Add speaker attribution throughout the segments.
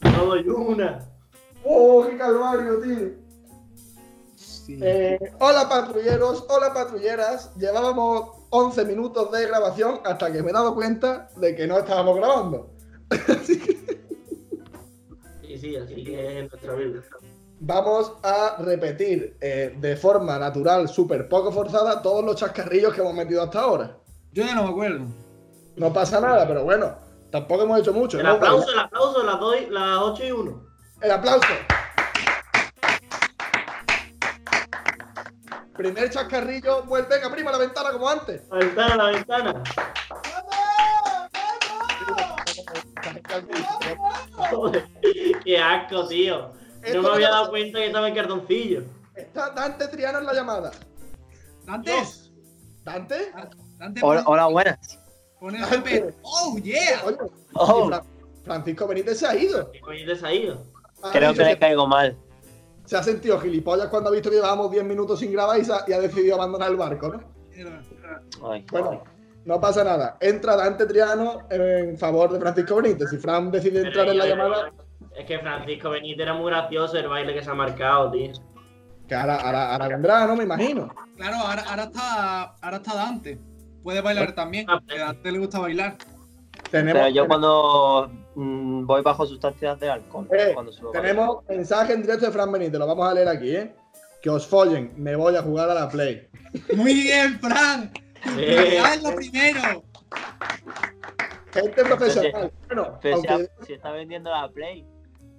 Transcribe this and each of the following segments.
Speaker 1: No doy una.
Speaker 2: ¡Oh, qué calvario, tío!
Speaker 3: Sí.
Speaker 2: Eh, hola patrulleros, hola patrulleras. Llevábamos 11 minutos de grabación hasta que me he dado cuenta de que no estábamos grabando.
Speaker 1: Y sí, así que es nuestra Biblia.
Speaker 2: Vamos a repetir eh, de forma natural, súper poco forzada, todos los chascarrillos que hemos metido hasta ahora.
Speaker 3: Yo ya no me acuerdo.
Speaker 2: No pasa nada, pero bueno, tampoco hemos hecho mucho.
Speaker 1: El
Speaker 2: ¿no?
Speaker 1: aplauso, el aplauso, las doy las 8 y 1.
Speaker 2: El aplauso. Primer chascarrillo, pues venga, prima la ventana como antes.
Speaker 1: La ventana, la ventana. Joder, Qué asco, tío. No me había dado cuenta que estaba en cartoncillo.
Speaker 2: Está Dante Triano en la llamada.
Speaker 3: Antes.
Speaker 2: ¿Dante?
Speaker 3: Antes
Speaker 4: Hola, hola, buenas.
Speaker 3: pon el papel. Oh, yeah.
Speaker 2: Oye,
Speaker 4: Oh,
Speaker 2: Fra- Francisco Benítez se ha ido.
Speaker 1: ¿Qué coño te ha ido?
Speaker 2: Ha
Speaker 4: creo
Speaker 2: dicho
Speaker 4: que le caigo mal.
Speaker 2: que se ha sentido gilipollas cuando ha visto que llevábamos 10 minutos sin grabar y, se ha- y ha decidido abandonar el barco, ¿no?
Speaker 4: Ay,
Speaker 2: Bueno, no pasa nada. Entra Dante Triano en favor de Francisco Benítez. Si Fran decide entrar en la llamada,
Speaker 1: Es que Francisco Benítez era muy gracioso el baile que se ha marcado, tío.
Speaker 2: que ahora, ahora, ahora vendrá, ¿no? Me imagino.
Speaker 3: Claro, ahora, ahora está, ahora está Dante. Puede
Speaker 2: Eh,
Speaker 3: bailar también.
Speaker 1: Ah,
Speaker 3: que A Dante le gusta bailar.
Speaker 2: Tenemos,
Speaker 4: Pero yo cuando mm, voy bajo sustancias de alcohol,
Speaker 2: Eh,
Speaker 4: cuando subo
Speaker 2: tenemos mensaje en directo de Fran Benítez. Lo vamos a leer aquí, ¿eh? Que os follen. Me voy a jugar a la Play.
Speaker 3: Muy bien,
Speaker 2: Eh.
Speaker 3: Fran.
Speaker 1: Eh,
Speaker 3: Ya es lo primero.
Speaker 2: Gente profesional. Bueno,
Speaker 4: Pero si,
Speaker 2: aunque
Speaker 4: se está vendiendo la Play.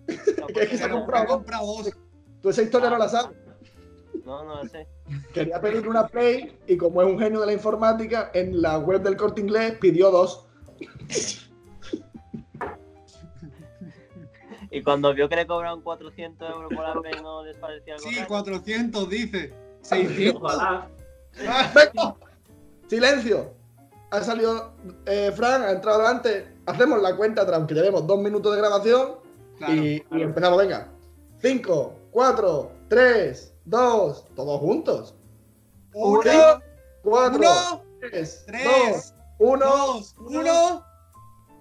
Speaker 2: Es que se ha
Speaker 3: Ha
Speaker 2: comprado.
Speaker 3: comprado dos.
Speaker 2: tú esa historia no la sabes.
Speaker 4: No, no lo sé.
Speaker 2: Quería pedirle una Play y como es un genio de la informática, en la web del corte inglés pidió dos.
Speaker 4: Y cuando vio que le cobraban 400 euros por la Play, no les parecía algo.
Speaker 3: Sí,
Speaker 4: raro?
Speaker 3: 400, dice.
Speaker 2: Ah,
Speaker 3: 600.
Speaker 1: Ojalá.
Speaker 2: ¡Venga! ¡Silencio! Ha salido eh, Fran, ha entrado adelante. Hacemos la cuenta atrás, aunque llevemos dos minutos de grabación
Speaker 3: Claro.
Speaker 2: y, y empezamos. Venga. Cinco, cuatro, tres, dos, todos juntos.
Speaker 3: Uno,
Speaker 2: Cinco, cuatro,
Speaker 3: uno,
Speaker 2: tres, dos,
Speaker 3: tres,
Speaker 2: uno.
Speaker 3: dos, uno.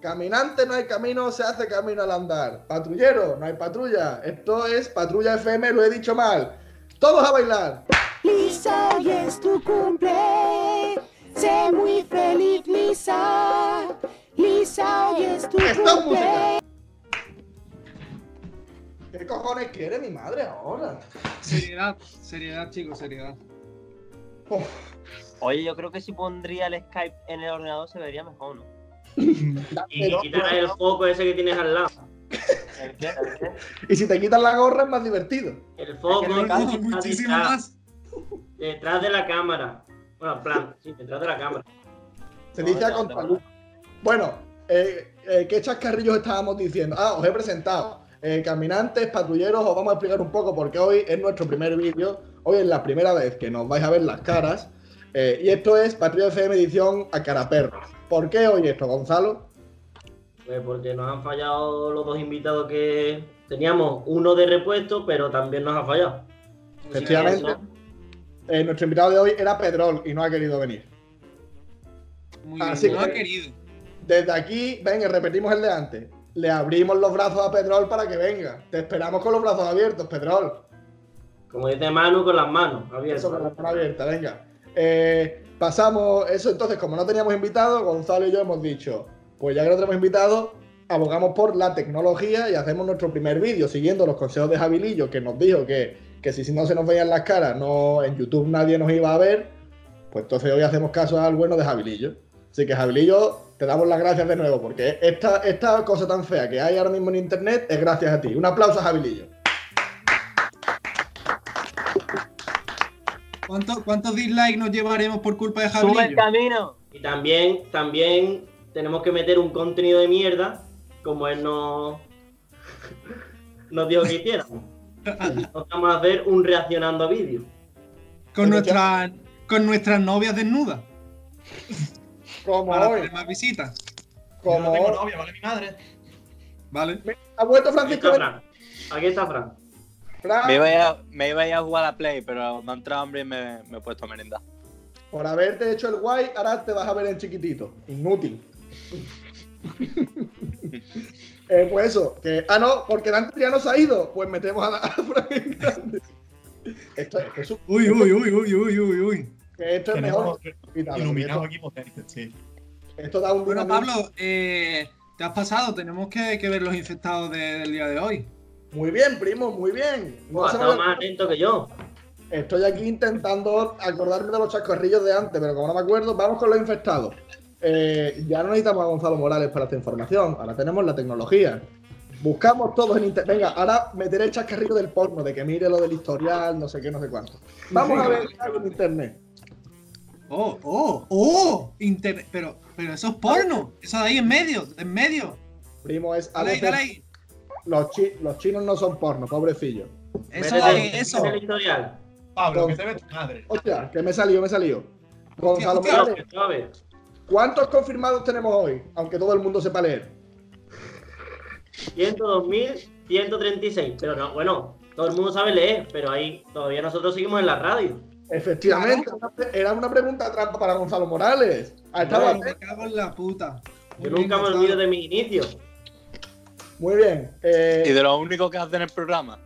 Speaker 2: Caminante no hay camino, se hace camino al andar. Patrullero, no hay patrulla. Esto es Patrulla FM, lo he dicho mal. Todos a bailar.
Speaker 5: Lisa, hoy es tu cumple. Sé muy feliz, Lisa. Lisa, hoy es tu
Speaker 2: Esta
Speaker 5: cumple.
Speaker 2: música. ¿Qué cojones quiere mi madre ahora?
Speaker 3: Seriedad, seriedad, chicos, seriedad.
Speaker 2: Oh,
Speaker 4: Oye, yo creo que si pondría el Skype en el ordenador se vería mejor, ¿no?
Speaker 1: Y
Speaker 2: pero-
Speaker 1: quitar el foco ese que tienes al lado.
Speaker 4: ¿El qué? ¿El qué?
Speaker 2: y si te quitan la gorra es más divertido.
Speaker 1: El foco
Speaker 4: me
Speaker 1: está
Speaker 4: canso
Speaker 3: Muchísimo
Speaker 1: detrás-
Speaker 3: más.
Speaker 1: detrás de la cámara. Bueno, en plan, sí, detrás de la cámara.
Speaker 2: Se
Speaker 4: No,
Speaker 2: dice a
Speaker 4: no,
Speaker 2: contraluz. Bueno, eh, eh, ¿qué chascarrillos estábamos diciendo? Ah, os he presentado. Eh, caminantes, patrulleros, os vamos a explicar un poco porque hoy es nuestro primer vídeo. Hoy es la primera vez que nos vais a ver las caras. Eh, y esto es Patrulla FM edición a cara perro. ¿Por qué hoy esto, Gonzalo?
Speaker 1: Pues porque nos han fallado los dos invitados que teníamos. Uno de repuesto, pero también nos ha fallado.
Speaker 2: Efectivamente.
Speaker 1: Eso.
Speaker 2: Eh, nuestro invitado de hoy era Pedrol y no ha querido venir.
Speaker 3: Muy
Speaker 2: Así
Speaker 3: bien. No ha
Speaker 2: que-
Speaker 3: querido.
Speaker 2: Desde aquí, venga, repetimos el de antes. Le abrimos los brazos a Pedrol para que venga. Te esperamos con los brazos abiertos, Pedrol.
Speaker 1: Como dice Manu, con las manos abiertas.
Speaker 2: Eso con la mano abierta, venga. Eh, pasamos eso, entonces, como no teníamos invitado, Gonzalo y yo hemos dicho, pues ya que no tenemos invitado, abogamos por la tecnología y hacemos nuestro primer vídeo siguiendo los consejos de Javilillo, que nos dijo que, que si no se nos veían las caras, no en YouTube nadie nos iba a ver. Pues entonces hoy hacemos caso al bueno de Javilillo. Así que Javilillo, te damos las gracias de nuevo, porque esta, esta cosa tan fea que hay ahora mismo en internet es gracias a ti. Un aplauso a Javilillo.
Speaker 3: ¿Cuánto- ¿Cuántos dislikes nos llevaremos por culpa de
Speaker 4: ¡Sube el
Speaker 3: Javilillo?
Speaker 4: camino!
Speaker 1: Y también, también tenemos que meter un contenido de mierda, como él no nos dijo que hiciéramos. Nos vamos a hacer un reaccionando a vídeo.
Speaker 3: Con nuestras, con nuestras novias desnudas.
Speaker 2: Como
Speaker 3: Para
Speaker 2: hoy,
Speaker 3: tener más visitas.
Speaker 2: como hoy.
Speaker 3: ¿Vale?
Speaker 2: Ha vuelto
Speaker 1: Aquí
Speaker 2: Francisco.
Speaker 1: está Fran. Aquí está Fran.
Speaker 2: Fran,
Speaker 6: Me iba, a ir a, me iba a ir a jugar a la Play, pero me ha entrado hambre y me, me he puesto a merendar.
Speaker 2: por haberte hecho el guay, ahora te vas a ver en chiquitito. Inútil. Eh, pues eso, que. Ah, no, porque Dante ya nos ha ido. Pues metemos a, a Fran en grande. Esto, esto es, un-
Speaker 3: Uy, uy, uy, uy, uy, uy, uy.
Speaker 2: que esto es mejor.
Speaker 7: Tenemos
Speaker 2: Cuidado,
Speaker 7: iluminado aquí potente, sí.
Speaker 2: Esto, esto da un
Speaker 3: Bueno,
Speaker 2: dinamismo
Speaker 3: Pablo, eh, te has pasado. Tenemos que, que ver los infectados de- del día de hoy.
Speaker 2: Muy bien, primo, muy bien. No
Speaker 1: Buah,
Speaker 2: se me
Speaker 1: estaba
Speaker 2: había-
Speaker 1: más atento que yo.
Speaker 2: Estoy aquí intentando acordarme de los chascorrillos de antes, pero como no me acuerdo, vamos con los infectados. Eh, ya no necesitamos a Gonzalo Morales para esta información, ahora tenemos la tecnología. Buscamos todos en internet. Venga, ahora meteré el chascarrillo del porno, de que mire lo del historial, no sé qué, no sé cuánto. Vamos a ver qué hay en internet.
Speaker 3: Oh, oh, oh. Inter- pero, pero eso es porno. Eso de ahí en medio, en medio.
Speaker 2: Primo es
Speaker 3: Dale ahí,
Speaker 2: ABC.
Speaker 3: dale ahí.
Speaker 2: Los, chi- los chinos no son porno, pobrecillo.
Speaker 3: Eso de
Speaker 1: Métete-
Speaker 3: ahí,
Speaker 1: métete
Speaker 3: eso.
Speaker 1: el historial.
Speaker 7: Pablo, que te ve tu madre.
Speaker 2: Hostia, que me salió, me salió. Gonzalo
Speaker 3: Hostia, hostia.
Speaker 2: Morales,
Speaker 1: A ver,
Speaker 2: ¿cuántos confirmados tenemos hoy? Aunque todo el mundo sepa leer.
Speaker 1: 102.136. Pero no, bueno, todo el mundo sabe leer, pero ahí todavía nosotros seguimos en la radio.
Speaker 2: Efectivamente, era una pregunta trampa para Gonzalo Morales. Ah, estaba
Speaker 3: Claro,
Speaker 2: atento.
Speaker 3: me cago en la puta.
Speaker 1: Yo nunca me olvido de mis inicios.
Speaker 2: Muy bien. eh,
Speaker 6: Y de lo único que hacen en el programa.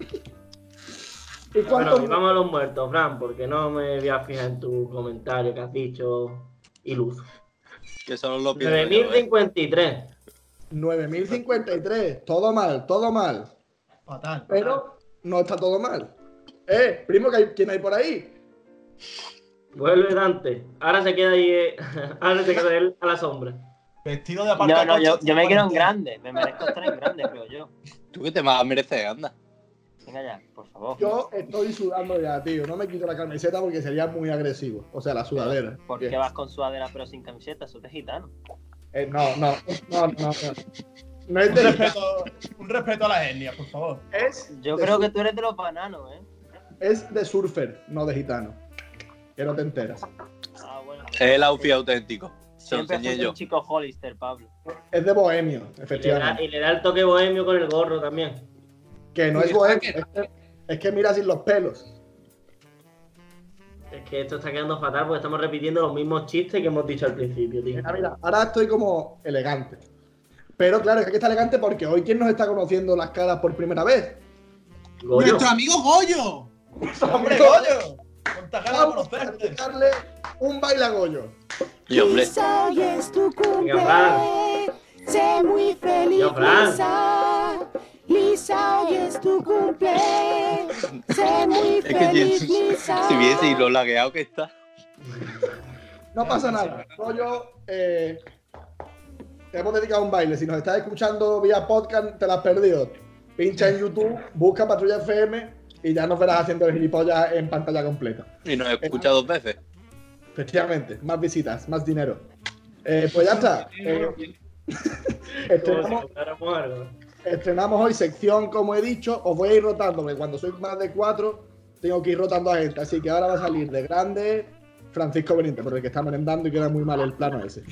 Speaker 2: ¿Y
Speaker 1: Bueno,
Speaker 2: cuántos,
Speaker 1: y vamos a los muertos, Fran, porque no me voy a fijar en tu comentario que has dicho. Y luz.
Speaker 6: Que solo lo pierdo. yo, ¿eh?
Speaker 1: 9053.
Speaker 2: 9.053. Todo mal, todo mal.
Speaker 7: Fatal.
Speaker 2: Pero no está todo mal. Eh, primo, que hay- ¿quién hay por ahí?
Speaker 1: Vuelve Dante. Ahora se queda ahí. eh, ahora se queda él a la sombra.
Speaker 7: Vestido de
Speaker 4: No,
Speaker 7: apartado.
Speaker 4: no, yo, yo me quiero en grande. Me merezco estar en grande, creo yo.
Speaker 6: Tú que te vas a merecer, anda.
Speaker 4: Venga ya, por favor.
Speaker 2: Yo estoy sudando ya, tío. No me quito la camiseta porque sería muy agresivo. O sea, la sudadera.
Speaker 4: ¿Por qué vas con sudadera pero sin camiseta? Eso es de gitano.
Speaker 2: Eh, no, no, no, no, no. No es
Speaker 7: Un
Speaker 2: de-
Speaker 7: respeto, un respeto a las etnias, por favor.
Speaker 2: es,
Speaker 4: Yo
Speaker 2: de
Speaker 4: creo
Speaker 2: sur-
Speaker 4: que tú eres de los bananos, ¿eh?
Speaker 2: es de surfer, no de gitano. Que no te enteras.
Speaker 4: Ah, bueno.
Speaker 6: Es el outfit auténtico. Se lo
Speaker 4: Siempre
Speaker 6: enseñé
Speaker 4: fuiste
Speaker 6: yo.
Speaker 4: un chico Hollister, Pablo.
Speaker 2: Es de bohemio,
Speaker 1: Y le, da,
Speaker 2: efectivamente.
Speaker 1: y le da el toque bohemio con el gorro también.
Speaker 2: Que no
Speaker 3: Y
Speaker 2: es
Speaker 3: está
Speaker 2: bohemio.
Speaker 3: que-
Speaker 2: Es que, es que mira sin los pelos.
Speaker 1: Es que esto está quedando fatal porque estamos repitiendo los mismos chistes que hemos dicho al principio, tío.
Speaker 2: Mira, mira, ahora estoy como elegante. Pero claro, es que aquí está elegante porque hoy quién nos está conociendo las caras por primera vez.
Speaker 1: Goyo.
Speaker 3: Nuestro amigo Goyo.
Speaker 7: ¡Hombre, coño! Cuántas ganas de
Speaker 2: Vamos a
Speaker 7: conocerte.
Speaker 2: darle un bailagoyo.
Speaker 6: Y hombre,
Speaker 5: Lisa, hoy es tu cumple.
Speaker 1: Fran.
Speaker 5: Sé muy feliz,
Speaker 1: Venga, Fran.
Speaker 5: Lisa. Lisa, hoy es tu cumple. Sé muy
Speaker 6: es que
Speaker 5: feliz,
Speaker 6: si,
Speaker 5: Lisa.
Speaker 6: si viese y lo lagueado que está.
Speaker 2: No pasa nada. Goyo, eh, te hemos dedicado a un baile. Si nos estás escuchando vía podcast, te la has perdido. Pincha en YouTube, busca Patrulla FM y ya nos verás haciendo el gilipollas en pantalla completa.
Speaker 6: Y nos escucha dos veces.
Speaker 2: Efectivamente, más visitas, más dinero. Eh, pues ya está. Eh,
Speaker 1: Como si
Speaker 2: estrenamos,
Speaker 1: compráramos algo.
Speaker 2: estrenamos hoy sección, como he dicho. Os voy a ir rotando, porque cuando soy más de cuatro, tengo que ir rotando a gente. Así que ahora va a salir de grande Francisco Benítez, porque el que está merendando y queda muy mal el plano ese.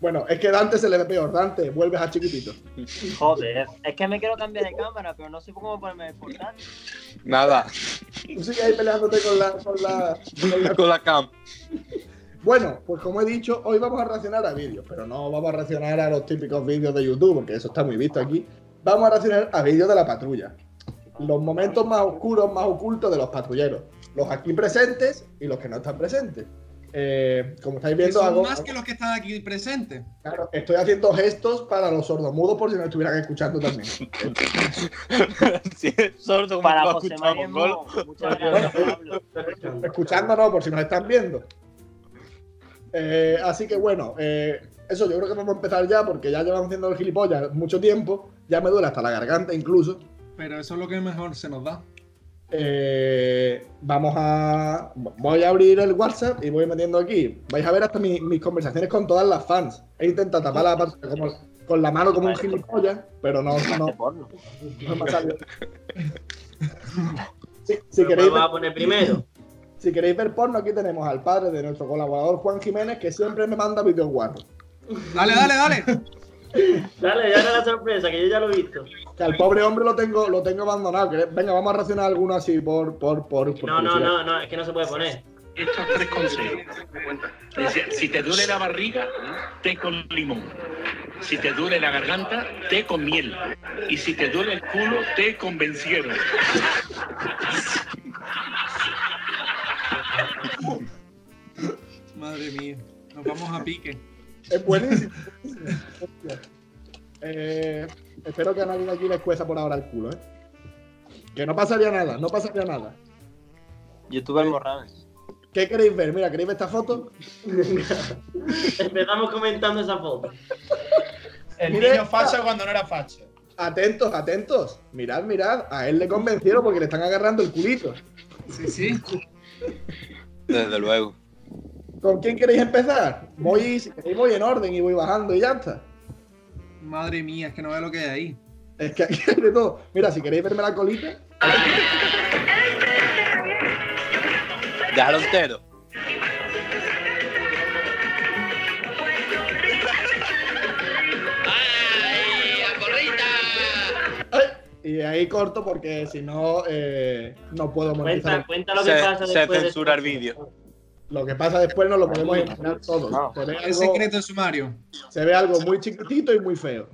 Speaker 2: Bueno, es que Dante se le ve peor. Dante, vuelves a chiquitito.
Speaker 4: Joder, es que me quiero cambiar de cámara, pero no sé cómo ponerme de portátil.
Speaker 6: Nada.
Speaker 2: Tú sigues ahí peleándote con la- con la, con la
Speaker 6: Con la cam.
Speaker 2: Bueno, pues como he dicho, hoy vamos a reaccionar a vídeos, pero no vamos a reaccionar a los típicos vídeos de YouTube, porque eso está muy visto aquí. Vamos a reaccionar a vídeos de la patrulla. Los momentos más oscuros, más ocultos de los patrulleros. Los aquí presentes y los que no están presentes. Eh, como estáis
Speaker 3: Que
Speaker 2: viendo,
Speaker 3: son
Speaker 2: hago-
Speaker 3: más que los que están aquí presentes.
Speaker 2: claro, estoy haciendo gestos para los sordomudos por si no estuvieran escuchando también.
Speaker 6: Sí, es sordo como
Speaker 4: Para
Speaker 6: lo
Speaker 4: José
Speaker 6: escuchamos,
Speaker 4: María
Speaker 6: gol.
Speaker 4: Mo, muchas gracias, Pablo.
Speaker 2: Escuchándonos por si nos están viendo. Eh, así que bueno, eh, eso yo creo que vamos a empezar ya porque ya llevamos haciendo el gilipollas mucho tiempo, ya me duele hasta la garganta incluso.
Speaker 3: Pero eso es lo que mejor se nos da.
Speaker 2: Eh, vamos a. Voy a abrir el WhatsApp y voy metiendo aquí. Vais a ver hasta mi- mis conversaciones con todas las fans. He intentado tapar la parte como- con la mano como un gilipollas, pero no, no,
Speaker 4: De porno.
Speaker 2: no me ha salido. Si, si
Speaker 1: Si
Speaker 2: queréis, ver-
Speaker 1: a poner primero.
Speaker 2: si queréis ver porno, aquí tenemos al padre de nuestro colaborador Juan Jiménez, que siempre me manda videos guarros.
Speaker 3: Dale, dale, dale.
Speaker 1: Dale, dale la sorpresa, que yo ya lo he visto.
Speaker 2: Que al pobre hombre lo tengo, lo tengo abandonado. que- Venga, vamos a racionar alguno así por. por, por, por
Speaker 1: No, no,
Speaker 2: curiosidad.
Speaker 1: no, no, es que no se puede poner.
Speaker 8: estos tres consejos. Decía, Si te duele la barriga, té con limón. Si te duele la garganta, té con miel. Y si te duele el culo, té con venciero.
Speaker 3: Madre mía, nos vamos a pique.
Speaker 2: Es buenísimo. Hostia. Eh, espero que a nadie de aquí les cueza por ahora el culo, ¿eh? Que no pasaría nada, no pasaría nada.
Speaker 4: YouTube Almorranas.
Speaker 2: ¿Qué queréis ver? Mira, ¿queréis ver esta foto?
Speaker 1: Empezamos comentando esa foto.
Speaker 7: El
Speaker 2: Mire-
Speaker 7: niño facha cuando no era facha.
Speaker 2: Atentos, atentos. Mirad, mirad. A él le convencieron porque le están agarrando el culito.
Speaker 3: Sí, sí.
Speaker 6: Desde luego.
Speaker 2: ¿Con quién queréis empezar? Voy, si queréis, voy en orden y voy bajando y ya está.
Speaker 3: Madre mía, es que no veo lo que hay ahí.
Speaker 2: Es que aquí hay de todo. Mira, si queréis verme la colita,
Speaker 6: Déjalo entero.
Speaker 2: y ahí corto porque si no, eh, no puedo monetizar.
Speaker 1: Cuenta, cuenta lo que
Speaker 6: Se-
Speaker 1: pasa
Speaker 6: se
Speaker 1: después. de-
Speaker 6: censura el vídeo.
Speaker 2: Lo que pasa después no lo podemos imaginar todos. Se ve
Speaker 3: El
Speaker 2: algo-
Speaker 3: secreto de sumario.
Speaker 2: se ve algo muy chiquitito y muy feo.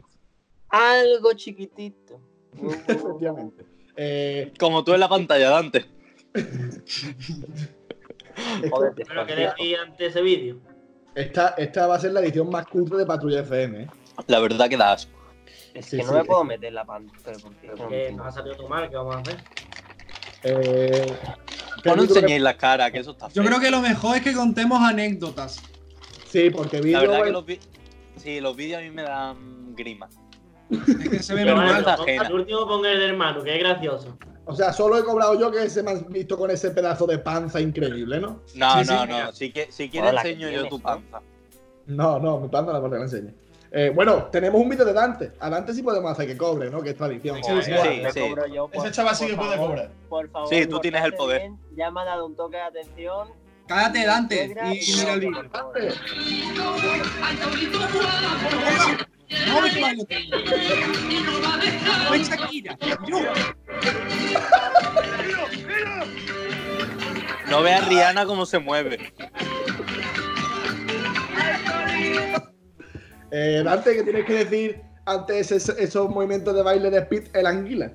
Speaker 4: Algo chiquitito.
Speaker 2: Efectivamente. Eh,
Speaker 6: Como tú en la pantalla, Dante.
Speaker 4: Jódete,
Speaker 1: Pero que
Speaker 4: Juan.
Speaker 1: decía ante ese vídeo.
Speaker 2: esta, esta va a ser la edición más cutre de Patrulla FM. ¿eh?
Speaker 6: La verdad que da asco.
Speaker 4: Es
Speaker 2: Sí,
Speaker 4: que
Speaker 2: sí.
Speaker 4: no me puedo meter la pan. Pero ¿por qué?
Speaker 1: Pero que nos ha salido todo mal, ¿qué vamos a hacer?
Speaker 2: Eh,
Speaker 6: Pues No
Speaker 2: película que-
Speaker 6: enseñéis la cara, que eso está
Speaker 3: Yo
Speaker 6: feo.
Speaker 3: creo que lo mejor es que contemos anécdotas.
Speaker 2: Sí, porque vi
Speaker 6: La verdad que
Speaker 2: yo
Speaker 6: los, vi- sí, los vídeos a mí me dan grima.
Speaker 3: Es que se ve
Speaker 1: Pero
Speaker 3: muy
Speaker 6: Pero
Speaker 1: bueno,
Speaker 6: vergüenza
Speaker 3: mal.
Speaker 1: ponga-
Speaker 6: ajena.
Speaker 1: al último ponga el de hermano, que es gracioso.
Speaker 2: O sea, solo he cobrado yo que se me han visto con ese pedazo de panza increíble, ¿no?
Speaker 6: No,
Speaker 3: Sí, sí,
Speaker 6: no,
Speaker 3: mira.
Speaker 6: no. Si, que- si quieres,
Speaker 4: Hola, ¿qué
Speaker 6: enseño yo
Speaker 4: tienes,
Speaker 6: tu
Speaker 4: no?
Speaker 6: panza.
Speaker 2: No, no, mi panza la parte la enseña. Eh, bueno, tenemos un vídeo de Dante. A Dante sí podemos hacer que cobre, ¿no? Que es tradición.
Speaker 7: Sí, sí,
Speaker 6: sí,
Speaker 4: Me
Speaker 6: sí.
Speaker 4: cobro yo, por-
Speaker 7: Ese chaval sí
Speaker 4: por
Speaker 7: que
Speaker 1: pues.
Speaker 7: puede
Speaker 4: favor,
Speaker 7: cobrar.
Speaker 4: Por favor.
Speaker 6: Sí, tú tienes el poder.
Speaker 4: portarse bien. Ya me ha dado un toque de atención.
Speaker 3: Cállate, Dante,
Speaker 4: Negra,
Speaker 3: y, y mira el vídeo.
Speaker 4: por favor.
Speaker 3: No me calles. Fue Shakira. Yo.
Speaker 6: No veas a Rihanna cómo se mueve.
Speaker 2: Eh, Dante, ¿qué tienes que decir ante ese- esos movimientos de baile de Pete el Anguila?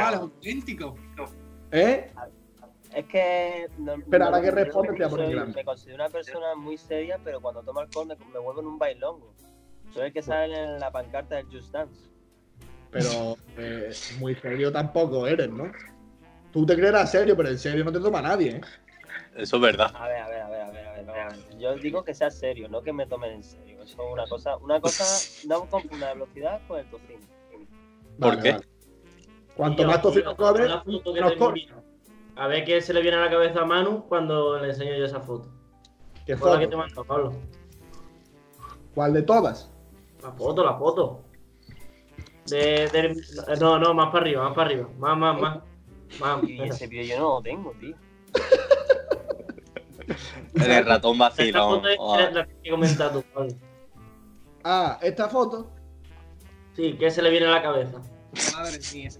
Speaker 3: Vale, auténtico.
Speaker 2: ¿Eh?
Speaker 4: Es que. no-
Speaker 2: Pero
Speaker 4: no-
Speaker 2: ahora que
Speaker 4: yo
Speaker 2: responde, te voy a poner
Speaker 4: soy-
Speaker 2: grande.
Speaker 4: Me considero una persona muy seria, pero cuando tomo alcohol me, me vuelvo en un bailongo. Soy
Speaker 2: Pues
Speaker 4: el que sale en la pancarta del Just Dance.
Speaker 2: Pero eh, muy serio tampoco eres, ¿no? Tú te creerás serio, pero en serio no te toma nadie, ¿eh?
Speaker 6: Eso es verdad.
Speaker 4: A ver, a ver, a ver, a ver, a ver, vamos a ver. Yo digo que sea serio, no que me tomen en serio. Eso es una cosa. Una cosa, no confunda la velocidad con el tocino.
Speaker 6: ¿Por qué?
Speaker 2: Cuanto
Speaker 1: Y
Speaker 2: más
Speaker 1: yo,
Speaker 2: tocino
Speaker 1: yo,
Speaker 2: cobres,
Speaker 1: la foto que
Speaker 2: menos
Speaker 1: tengo
Speaker 2: cobres.
Speaker 1: mira. A ver qué se le viene a la cabeza a Manu cuando le enseño yo esa foto.
Speaker 2: ¿Qué
Speaker 1: Fue la que
Speaker 2: foto?
Speaker 1: te mandó, Pablo.
Speaker 2: ¿Cuál de todas?
Speaker 1: La foto, la foto. De, de- no, no, más para arriba, más para arriba. Más, más, más. Más,
Speaker 4: Y ese vídeo yo no lo tengo, tío.
Speaker 6: El ratón Ah.
Speaker 1: Esta
Speaker 6: vacilo.
Speaker 1: foto es la- la que comentas tú, Pablo.
Speaker 2: Ah, esta foto.
Speaker 1: Sí, ¿qué se le viene a la cabeza?
Speaker 3: Madre mía.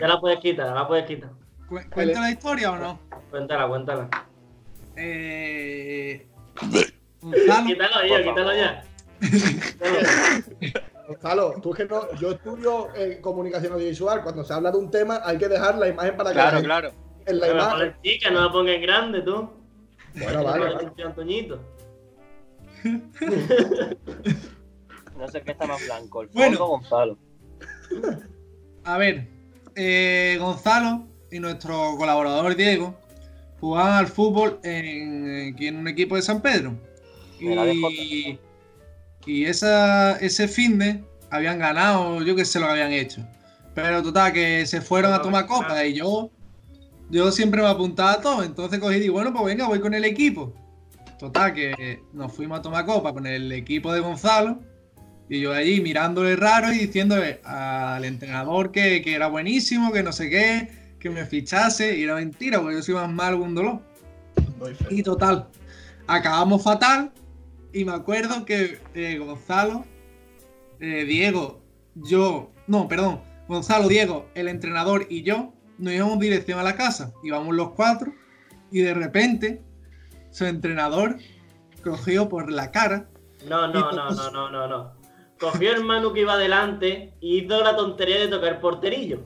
Speaker 1: Ya la puedes quitar, ya la puedes quitar.
Speaker 3: Cu- ¿Cuenta la historia o no?
Speaker 1: Cuéntala, cuéntala.
Speaker 3: Eh. Gonzalo,
Speaker 1: Quítalo ya, quítalo ya.
Speaker 2: Gonzalo, tú es que no. Yo estudio eh, comunicación audiovisual. Cuando se habla de un tema, hay que dejar la imagen para que la
Speaker 6: Claro,
Speaker 2: gente-
Speaker 6: claro.
Speaker 2: en la
Speaker 1: Pero
Speaker 2: imagen.
Speaker 1: ponle chica, no la pongas en grande, tú.
Speaker 2: Bueno, vale, vale.
Speaker 1: Ponle Antoñito.
Speaker 4: No sé qué está más blanco, el
Speaker 3: Bueno.
Speaker 4: fondo o Gonzalo.
Speaker 3: A ver, eh, Gonzalo y nuestro colaborador Diego jugaban al fútbol en, aquí en un equipo de San Pedro.
Speaker 4: En la
Speaker 3: Y, y esa, ese fin de habían ganado, yo qué sé lo que habían hecho. Pero total, que se fueron a tomar copas y yo, yo siempre me apuntaba a todo. Entonces cogí y dije, bueno, pues venga, voy con el equipo. Total, que nos fuimos a tomar copa con el equipo de Gonzalo. Y yo allí mirándole raro y diciéndole al entrenador que, que era buenísimo, que no sé qué, que me fichase. Y era mentira, porque yo soy más malo que un dolor.
Speaker 7: Doy fe.
Speaker 3: Y total, acabamos fatal. Y me acuerdo que eh, Gonzalo, eh, Diego, yo, no, perdón, Gonzalo, Diego, el entrenador y yo nos íbamos en dirección a la casa. Íbamos los cuatro. y de repente su entrenador cogió por la cara.
Speaker 1: No, no, no, no, no, no, no. Cogió el Manu que iba delante y hizo la tontería de tocar porterillo.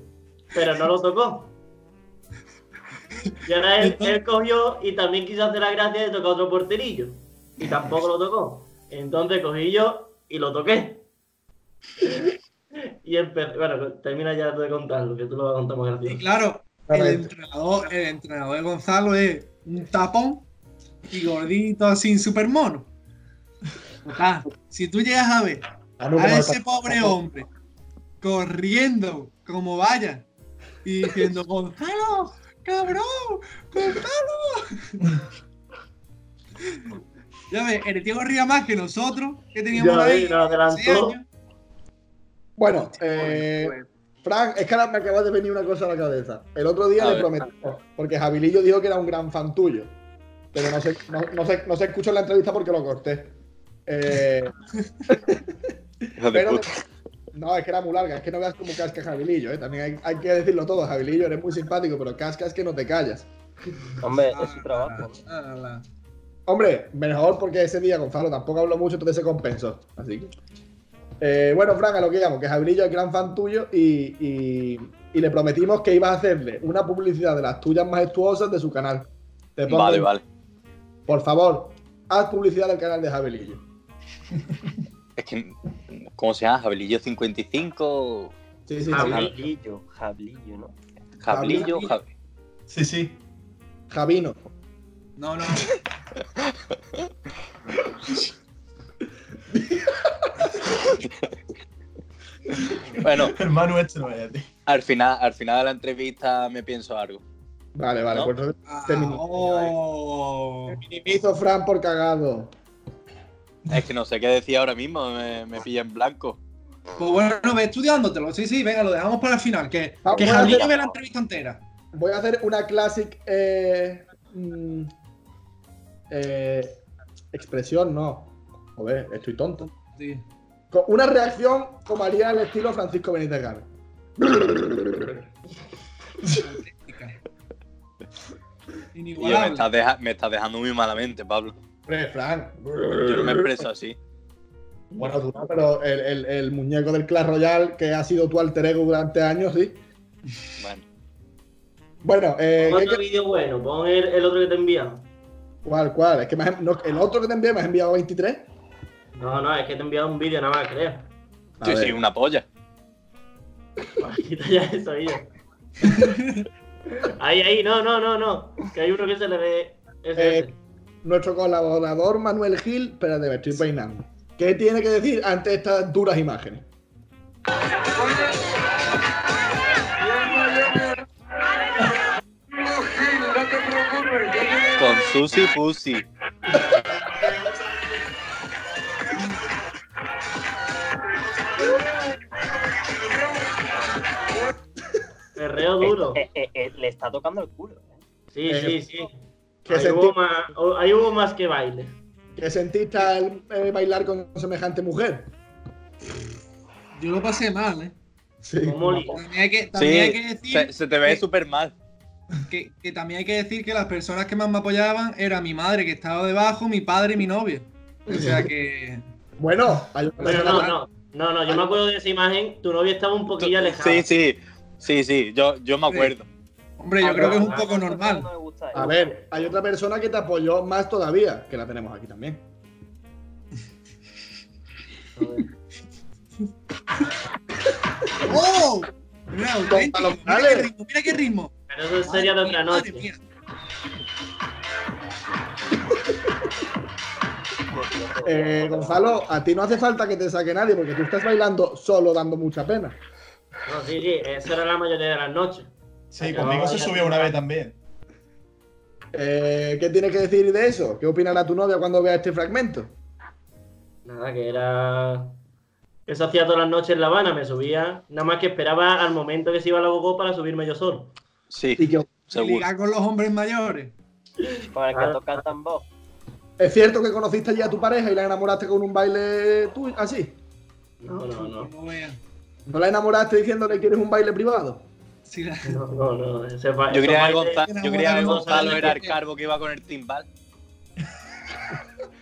Speaker 1: Pero no lo tocó. Y ahora él, él cogió y también quiso hacer la gracia de tocar otro porterillo. Y tampoco lo tocó. Entonces cogí yo y lo toqué. Y empecé. Bueno, termina ya de contarlo, que tú lo vas a contar más
Speaker 3: Y
Speaker 1: gracioso.
Speaker 3: claro, el
Speaker 2: Correcto.
Speaker 3: entrenador, el entrenador de Gonzalo es un tapón y gordito así, super mono. Total, si tú llegas a ver
Speaker 2: Ah, no, como
Speaker 3: a
Speaker 2: el
Speaker 3: ese
Speaker 2: pa-
Speaker 3: pobre hombre corriendo como vaya y diciendo Gonzalo, cabrón, Gonzalo. ya ves, el tío corría más que nosotros, que teníamos
Speaker 1: Ya
Speaker 3: la
Speaker 1: ves,
Speaker 3: vida,
Speaker 1: nos adelantó.
Speaker 3: 16 años.
Speaker 2: Bueno, eh, Frank, es que ahora me acaba de venir una cosa a la cabeza. El otro día
Speaker 6: A
Speaker 2: le
Speaker 6: ver.
Speaker 2: prometimos, porque Jabilillo dijo que era un gran fan tuyo. Pero no se, no, no se, no se escuchó en la entrevista porque lo corté. Eh,
Speaker 6: Hijo de
Speaker 2: pero
Speaker 6: puta.
Speaker 2: no, es que era muy larga, es que no veas como casca Jabilillo, ¿eh? También hay, hay que decirlo todo, Jabilillo, eres muy simpático, pero casca es que no te callas.
Speaker 4: Hombre, es su trabajo.
Speaker 3: Ah, la-
Speaker 2: Hombre, mejor porque ese día Gonzalo tampoco habló mucho, entonces se compensó. Así que. Eh, bueno, Fran, a lo que llamo, que Jabrillo es gran fan tuyo y, y- y le prometimos que ibas a hacerle una publicidad de las tuyas majestuosas de su canal. Te pongo-
Speaker 6: Vale, vale.
Speaker 2: Por favor, haz publicidad del canal de Jabrillo.
Speaker 6: Es que, ¿cómo se llama? Jabelillo 55,
Speaker 2: Sí,
Speaker 3: ah,
Speaker 2: sí, sí.
Speaker 1: Javi.
Speaker 4: Jablillo, jablillo, ¿no?
Speaker 2: Jablillo.
Speaker 6: Jablillo, Jab-
Speaker 7: Sí, sí.
Speaker 2: Javino.
Speaker 3: No, no.
Speaker 6: Bueno,
Speaker 7: El Manu este no es, tío.
Speaker 6: al final, al final de la entrevista me pienso algo.
Speaker 2: Vale, vale.
Speaker 6: ¿No?
Speaker 2: pues entonces
Speaker 3: Ah,
Speaker 2: Te minimizo.
Speaker 3: oh.
Speaker 2: hizo Fran por cagado.
Speaker 6: Es que no sé qué decía ahora mismo, me, me pilla en blanco.
Speaker 3: Pues bueno, ve estudiándotelo. Sí, sí, venga, lo dejamos para el final. Que,
Speaker 2: Ah,
Speaker 3: que
Speaker 2: bueno,
Speaker 3: Javier
Speaker 6: mira.
Speaker 3: ve la entrevista entera.
Speaker 2: Voy a hacer una classic. eh, mm, eh, expresión, no. Joder, estoy tonto.
Speaker 3: Sí.
Speaker 2: Con Una reacción como haría el estilo Francisco Benítez Gávez.
Speaker 6: Y yo, me
Speaker 3: Inigualable.
Speaker 6: estás deja- me estás dejando muy malamente, Pablo.
Speaker 2: Hombre, Frank.
Speaker 6: Yo no me expreso así.
Speaker 2: Bueno, tú no, pero el, el- el muñeco del Clash Royale que ha sido tu alter ego durante años, sí.
Speaker 6: Bueno,
Speaker 2: Bueno, eh,
Speaker 1: Pon
Speaker 2: ¿qué-
Speaker 1: otro
Speaker 2: qué-
Speaker 1: vídeo bueno, pon el, el otro que te envían.
Speaker 2: ¿cuál, cuál? Es que me has- no, el otro que te envié me has enviado 23.
Speaker 1: No, no, es que te he enviado un vídeo nada más, creo.
Speaker 2: A
Speaker 6: yo
Speaker 2: ver.
Speaker 6: soy una polla.
Speaker 1: Quita ya eso, ya. Ahí, ahí, no, no, no, no. Que hay uno que se le ve. Ese,
Speaker 2: Eh,
Speaker 1: ese.
Speaker 2: Nuestro colaborador Manuel Gil, espérate, me estoy peinando. ¿Qué tiene que decir ante estas duras imágenes?
Speaker 6: Con Susi Pussy.
Speaker 1: Perreo duro.
Speaker 4: Eh, eh, eh, le está tocando el culo. ¿eh?
Speaker 1: Sí,
Speaker 2: eh,
Speaker 1: sí, sí.
Speaker 2: que
Speaker 1: Ahí
Speaker 2: se
Speaker 1: hubo,
Speaker 2: enti-
Speaker 1: más, ahí hubo más que baile.
Speaker 2: ¿Qué sentiste al eh, bailar con semejante mujer?
Speaker 3: Yo lo pasé mal, ¿eh?
Speaker 2: Sí.
Speaker 1: Como li-
Speaker 3: También hay que, también hay que
Speaker 6: Sí, se,
Speaker 3: decir
Speaker 6: se te ve
Speaker 3: que-
Speaker 6: súper mal.
Speaker 3: que, que también hay que decir que las personas que más me apoyaban era mi madre que estaba debajo, mi padre y mi novia. O sea que.
Speaker 2: Bueno, hay una
Speaker 1: Pero no, no. No, no, yo me acuerdo de esa imagen. Tu novia estaba un poquillo alejada.
Speaker 6: Sí, sí, sí, sí, yo, yo me acuerdo.
Speaker 3: Hombre, yo
Speaker 2: Ah,
Speaker 3: creo que es un
Speaker 4: Ah,
Speaker 3: poco
Speaker 4: no, no,
Speaker 3: normal.
Speaker 4: no me gusta
Speaker 2: A
Speaker 4: eso.
Speaker 2: ver, hay otra persona que te apoyó más todavía, que la tenemos aquí también.
Speaker 3: ¡Oh! Mira, auténtico.
Speaker 2: Gonzalo
Speaker 3: Mira qué
Speaker 2: Morales.
Speaker 3: ritmo, mira qué ritmo.
Speaker 1: Pero eso sería de otra
Speaker 3: Madre
Speaker 1: noche.
Speaker 3: mía.
Speaker 2: Eh, Gonzalo, a ti no hace falta que te saque nadie, porque tú estás bailando solo dando mucha pena.
Speaker 1: No, sí, sí, esa era la mayoría de las noches.
Speaker 7: Sí, conmigo se subió una vez también.
Speaker 2: Eh, ¿Qué tienes que decir de eso? ¿Qué opinará tu novia cuando vea este fragmento?
Speaker 1: Nada, que era. Eso hacía todas las noches en La Habana, me subía. Nada más que esperaba al momento que se iba la Bogotá para subirme yo solo.
Speaker 6: Sí,
Speaker 2: Y que,
Speaker 6: seguro.
Speaker 3: Ligar con los hombres mayores.
Speaker 4: Con el que
Speaker 1: Ah.
Speaker 4: toca el tambor.
Speaker 2: ¿Es cierto que conociste ya a tu pareja y la enamoraste con un baile tuyo, así?
Speaker 1: No, no, no.
Speaker 3: Como vean.
Speaker 2: ¿No la enamoraste diciéndole que quieres un baile privado?
Speaker 3: Sí, la-
Speaker 1: No, no, no. ese va-
Speaker 6: Yo
Speaker 1: eso
Speaker 6: creía que
Speaker 1: va de-
Speaker 6: Gonzalo, yo creía que
Speaker 1: Gonzalo
Speaker 6: Gonzalo
Speaker 1: Hernández
Speaker 6: era el
Speaker 1: que-
Speaker 6: carbo que iba con el timbal.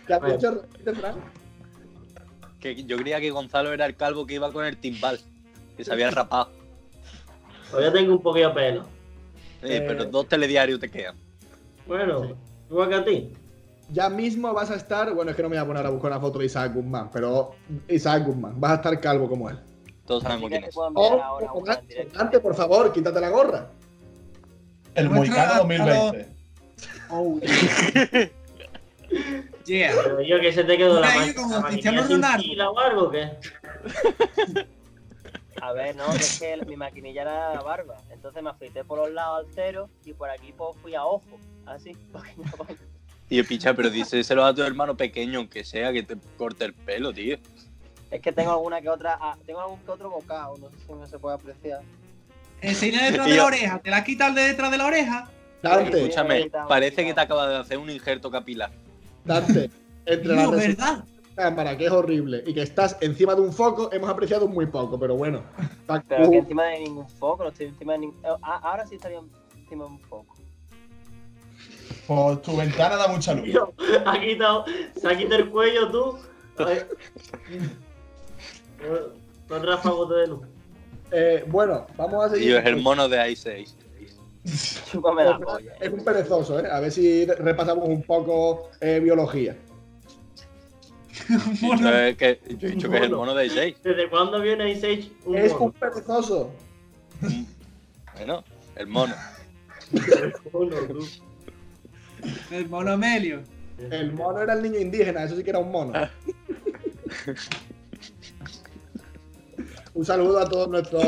Speaker 2: ¿Qué has
Speaker 1: Bueno.
Speaker 2: dicho, este repite, Fran?
Speaker 6: Que yo creía que Gonzalo era el calvo que iba con el timbal. Que se había rapado.
Speaker 1: Todavía tengo un poquillo de pelo.
Speaker 6: Eh,
Speaker 2: Eh.
Speaker 6: pero dos telediarios te quedan.
Speaker 1: Bueno,
Speaker 2: Sí.
Speaker 1: igual que a ti.
Speaker 2: Ya mismo vas a estar. Bueno, es que no me voy a poner a buscar una foto de Isaac Guzmán, pero Isaac Guzmán, vas a estar calvo como él.
Speaker 6: Todos
Speaker 4: Así
Speaker 6: sabemos
Speaker 4: que
Speaker 6: quién
Speaker 4: te
Speaker 6: es.
Speaker 4: puedo enviar
Speaker 2: Oh,
Speaker 4: ahora una en
Speaker 2: Dante,
Speaker 4: directo.
Speaker 2: Dante, por favor, quítate la gorra.
Speaker 7: El
Speaker 3: Muestra
Speaker 7: Moicano
Speaker 3: a-
Speaker 7: 2020.
Speaker 3: Oh, yeah. Yeah.
Speaker 1: Pero yo que se te quedó la
Speaker 3: Mira, yo
Speaker 1: mano.
Speaker 3: como
Speaker 1: la
Speaker 3: Cristiano
Speaker 1: maquinilla sin
Speaker 3: Ronaldo.
Speaker 1: fila o algo o qué?
Speaker 4: A ver, no, es que mi maquinilla era la barba. Entonces me afeité por los lados al cero y por aquí pues, fui a ojo. Así. porque no-
Speaker 6: Tío, picha, pero díselo a tu hermano pequeño, aunque sea, que te corte el pelo, tío.
Speaker 4: Es que tengo alguna que otra. ah, tengo algún que otro bocado. No sé si no se puede apreciar.
Speaker 3: Enseña detrás de la oreja. ¿Te la quita el de detrás de la oreja?
Speaker 2: Dante,
Speaker 6: Escúchame, parece que te acabas de hacer un injerto capilar.
Speaker 2: Dante, entre las
Speaker 3: No,
Speaker 2: reseñas
Speaker 3: ¿verdad?
Speaker 2: de cámara, que es horrible, y que estás encima de un foco, hemos apreciado muy poco, pero bueno. Pa-
Speaker 4: Pero que
Speaker 2: uh,
Speaker 4: encima de ningún foco, no estoy encima de ningún. ahora sí estaría encima de un foco.
Speaker 7: Pues tu ventana da mucha luz.
Speaker 1: Tío, ha quitado, se ha quitado el cuello tú. Ay. Son ráfagos de luz.
Speaker 2: eh, bueno, vamos a seguir.
Speaker 6: Tío, es el mono de I6.
Speaker 4: Chúpame la polla.
Speaker 2: Es un perezoso, ¿eh? A ver si repasamos un poco eh, biología.
Speaker 6: Yo he dicho que- yo he dicho que es el mono de I6.
Speaker 1: ¿Desde cuándo viene Ice Age un
Speaker 2: Es un
Speaker 1: mono?
Speaker 2: perezoso.
Speaker 6: Bueno, el mono.
Speaker 1: Un mono, tú.
Speaker 3: El monomelio.
Speaker 2: El mono era el niño indígena, eso sí que era un mono. un saludo a todos nuestros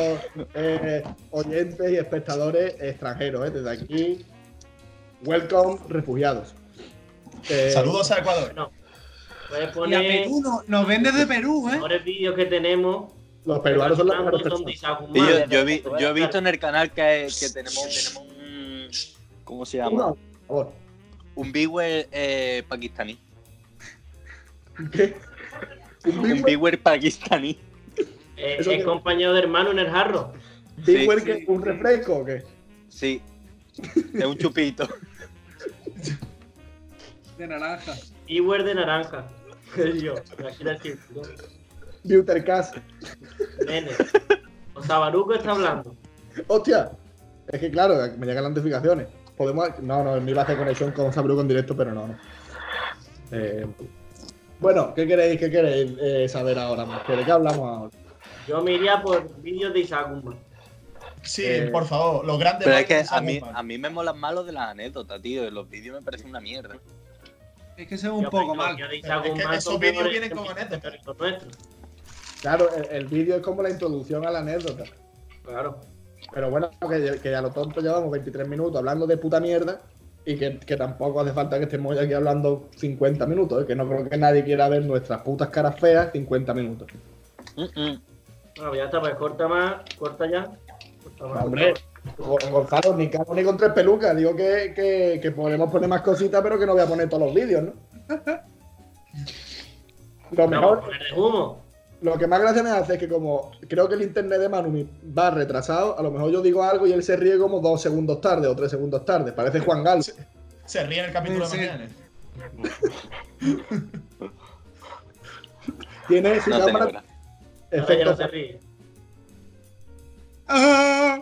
Speaker 2: eh, oyentes y espectadores extranjeros, eh, desde aquí. Welcome, refugiados. Eh,
Speaker 7: Saludos a Ecuador.
Speaker 1: Bueno, puedes
Speaker 3: Y a
Speaker 1: poner
Speaker 3: Perú, no- nos vende de Perú,
Speaker 1: los
Speaker 3: ¿eh?
Speaker 1: mejores vídeos que tenemos.
Speaker 2: Los peruanos son las mejores
Speaker 1: Son de
Speaker 2: personas.
Speaker 1: Isaac Guzmán.
Speaker 6: Tío, yo, he vi- yo he visto en el canal que, que tenemos, tenemos un. ¿Cómo se llama?
Speaker 2: Por favor.
Speaker 6: Un viewer eh, pakistaní.
Speaker 2: ¿Qué? Un
Speaker 6: Un
Speaker 2: big
Speaker 6: viewer pakistaní.
Speaker 1: Eh,
Speaker 2: Eso
Speaker 1: es
Speaker 2: que-
Speaker 1: compañero de hermano en el jarro.
Speaker 2: big
Speaker 6: Sí,
Speaker 2: work,
Speaker 3: sí,
Speaker 2: ¿Un
Speaker 3: sí.
Speaker 2: refresco o qué?
Speaker 6: Sí. Es un chupito.
Speaker 3: De naranja.
Speaker 1: Iwer de naranja. yo, de aquí del círculo.
Speaker 2: Buttercast.
Speaker 1: Nene. O sea, Baruco está hablando.
Speaker 2: Hostia, es que claro, me llegan las notificaciones. Podemos. No, no, no iba a hacer conexión con Sabruco en directo, pero no. no. Eh, bueno, ¿qué queréis, qué queréis eh, saber ahora? más? ¿De qué hablamos ahora?
Speaker 1: Yo me iría por vídeos de Isaac Guzmán.
Speaker 7: Sí,
Speaker 2: Eh,
Speaker 7: por favor, los grandes
Speaker 6: Pero es que
Speaker 7: bailes de
Speaker 6: a mí,
Speaker 7: Samuel.
Speaker 6: a mí me molan más los de las anécdotas, tío. Los vídeos me parecen una mierda.
Speaker 3: Es que se ve un poco mal.
Speaker 7: Pero es que esos vídeos vienen con anécdotas.
Speaker 2: Claro, el, el vídeo es como la introducción a la anécdota.
Speaker 1: Claro.
Speaker 2: Pero bueno, que, que a lo tonto llevamos 23 minutos hablando de puta mierda y que, que tampoco hace falta que estemos aquí hablando 50 minutos, ¿eh? que no creo que nadie quiera ver nuestras putas caras feas 50 minutos.
Speaker 6: Mm, mm.
Speaker 1: Bueno, ya está, pues corta más, corta ya. Corta más.
Speaker 2: Hombre, Gon- Gonzalo, ni cago ni con tres pelucas. Digo que, que, que podemos poner más cositas, pero que no voy a poner todos los vídeos, ¿no?
Speaker 1: No,
Speaker 2: Lo
Speaker 1: vamos a
Speaker 2: mejor,
Speaker 1: poner de humo.
Speaker 2: lo que más gracia me hace es que como creo que el internet de Manu mi- va retrasado, a lo mejor yo digo algo y él se ríe como dos segundos tarde o tres segundos tarde. Parece Juan Galo.
Speaker 7: Se ríe en el capítulo
Speaker 3: Sí,
Speaker 7: de
Speaker 3: sí.
Speaker 7: mañana. eh.
Speaker 2: Tiene su
Speaker 6: No tengo
Speaker 2: cámara
Speaker 6: gracia.
Speaker 1: Ahora ya no
Speaker 2: efecto.
Speaker 1: se ríe.
Speaker 3: Ah,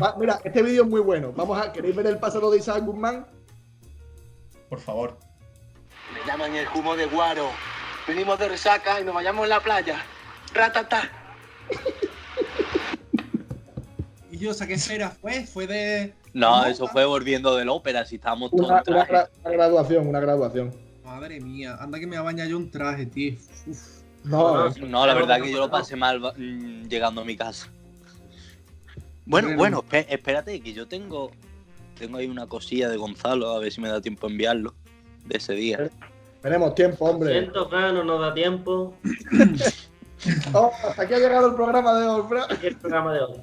Speaker 2: Va, mira, este vídeo es muy bueno. Vamos a, ¿queréis ver el pasado de Isaac Guzmán?
Speaker 7: Por favor.
Speaker 9: Me llaman el humo de guaro. Venimos de resaca y nos vayamos a la playa. Ratata.
Speaker 3: Y yo, o sea, ¿qué esfera fue? Fue de.
Speaker 6: No, eso fue volviendo de la ópera, si estábamos todos
Speaker 2: Una,
Speaker 6: en
Speaker 2: una
Speaker 6: traje.
Speaker 2: gra- una graduación, una graduación.
Speaker 3: Madre mía, anda que me va a bañar yo un traje, tío. Uf.
Speaker 2: No,
Speaker 1: No,
Speaker 6: No, la verdad que yo lo pasé mal va- mm, llegando a mi casa. Bueno,
Speaker 3: Bueno.
Speaker 6: bueno, espe- espérate, que yo tengo. Tengo ahí una cosilla de Gonzalo, a ver si me da tiempo a enviarlo. De ese día.
Speaker 3: Eh.
Speaker 2: tenemos tiempo,
Speaker 1: Lo
Speaker 2: hombre.
Speaker 1: siento, Fran, no nos da tiempo.
Speaker 2: Oh, hasta aquí ha llegado el programa de hoy, Fran.
Speaker 1: Aquí el programa de hoy.